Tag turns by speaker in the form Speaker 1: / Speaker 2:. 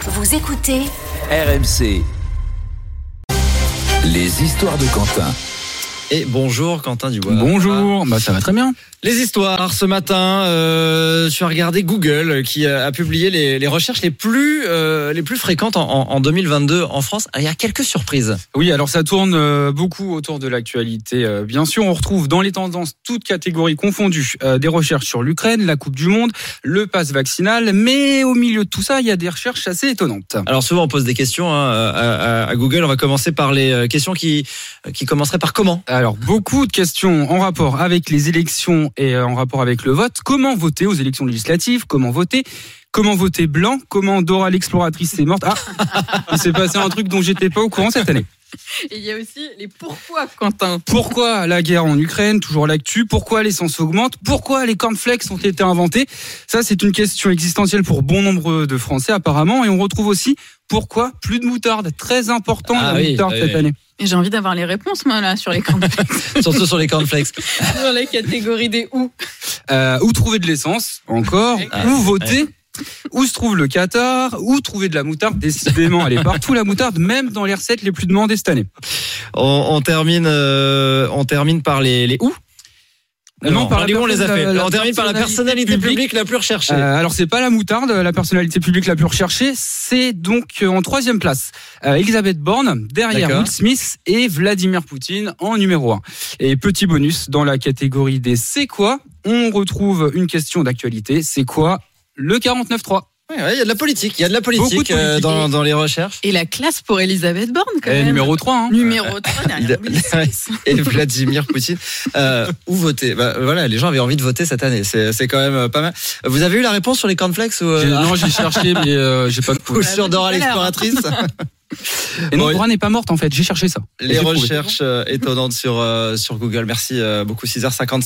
Speaker 1: Vous écoutez
Speaker 2: RMC. Les histoires de Quentin.
Speaker 3: Et bonjour Quentin Dubois. Ah.
Speaker 4: Bonjour, bah ça va très bien.
Speaker 3: Les histoires, ce matin, euh, tu as regardé Google qui euh, a, a publié les, les recherches les plus, euh, les plus fréquentes en, en- en 2022 en France. Ah, Il y a quelques surprises.
Speaker 4: Oui, alors ça tourne euh, beaucoup autour de l'actualité. euh, Bien sûr, on retrouve dans les tendances toutes catégories confondues euh, des recherches sur l'Ukraine, la Coupe du Monde, le pass vaccinal, mais au milieu de tout ça, il y a des recherches assez étonnantes.
Speaker 3: Alors souvent on pose des questions hein, à, à- à Google. On va commencer par les euh, questions qui, qui commenceraient par comment.
Speaker 4: Alors, beaucoup de questions en rapport avec les élections et euh, en rapport avec le vote. Comment voter aux élections législatives Comment voter Comment voter blanc Comment Dora l'exploratrice est morte Ah, il s'est passé un truc dont j'étais pas au courant cette année.
Speaker 5: Et il y a aussi les pourquoi, Quentin.
Speaker 4: Pourquoi la guerre en Ukraine, toujours l'actu Pourquoi l'essence augmente Pourquoi les cornflakes ont été inventés Ça, c'est une question existentielle pour bon nombre de Français apparemment. Et on retrouve aussi pourquoi plus de moutarde Très important
Speaker 3: Ah
Speaker 4: la
Speaker 3: oui,
Speaker 4: moutarde
Speaker 3: oui,
Speaker 4: cette
Speaker 3: oui.
Speaker 4: année.
Speaker 5: Et j'ai envie d'avoir les réponses, moi, là, sur les, campagnes,
Speaker 3: Surtout sur les cornflakes.
Speaker 5: sur les catégories des ou.
Speaker 4: Euh, où trouver de l'essence Encore
Speaker 3: Ah,
Speaker 4: Où voter Où se trouve le Qatar Où trouver de la moutarde Décidément, elle est partout la moutarde, même dans les recettes les plus demandées cette année.
Speaker 3: On, on termine, euh, on termine par les, les où.
Speaker 4: Non, par la
Speaker 3: les où on les a
Speaker 4: personne-
Speaker 3: fait.
Speaker 4: la- la
Speaker 3: on termine par la personnalité
Speaker 4: personnalité publique.
Speaker 3: publique la plus recherchée.
Speaker 4: Euh, alors c'est pas la moutarde, la personnalité publique la plus recherchée, c'est donc euh, en troisième place euh, Elisabeth Borne, derrière
Speaker 3: D'accord.
Speaker 4: Will Smith et Vladimir Poutine en numéro un. Et petit bonus dans la catégorie des c'est quoi, on retrouve une question d'actualité, c'est quoi le 49.3
Speaker 3: Ouais, ouais, Il y a de la politique. Il y a de la
Speaker 4: de
Speaker 3: politique, euh,
Speaker 4: politique.
Speaker 3: dans, dans les recherches.
Speaker 5: Et la classe pour Elisabeth Borne, quand
Speaker 4: Eh,
Speaker 5: même.
Speaker 4: numéro 3 hein.
Speaker 5: Numéro 3,
Speaker 3: Le-
Speaker 5: derrière Will Smith.
Speaker 3: et Vladimir Poutine. Euh, où voter Bah, Voilà, les gens avaient envie de voter cette année. C'est c'est quand même euh, pas mal. Vous avez eu la réponse sur les cornflakes ou,
Speaker 4: J'ai-
Speaker 3: euh,
Speaker 4: Non, j'ai cherché mais euh, j'ai pas trouvé.
Speaker 3: ou sur Dora l'exploratrice
Speaker 4: Et non,
Speaker 3: Bon,
Speaker 4: Dora n'est pas morte en fait, j'ai cherché ça. Et
Speaker 3: Les
Speaker 4: j'ai trouvé.
Speaker 3: recherches euh, étonnantes sur, euh, sur Google. Merci euh, beaucoup, 6h55.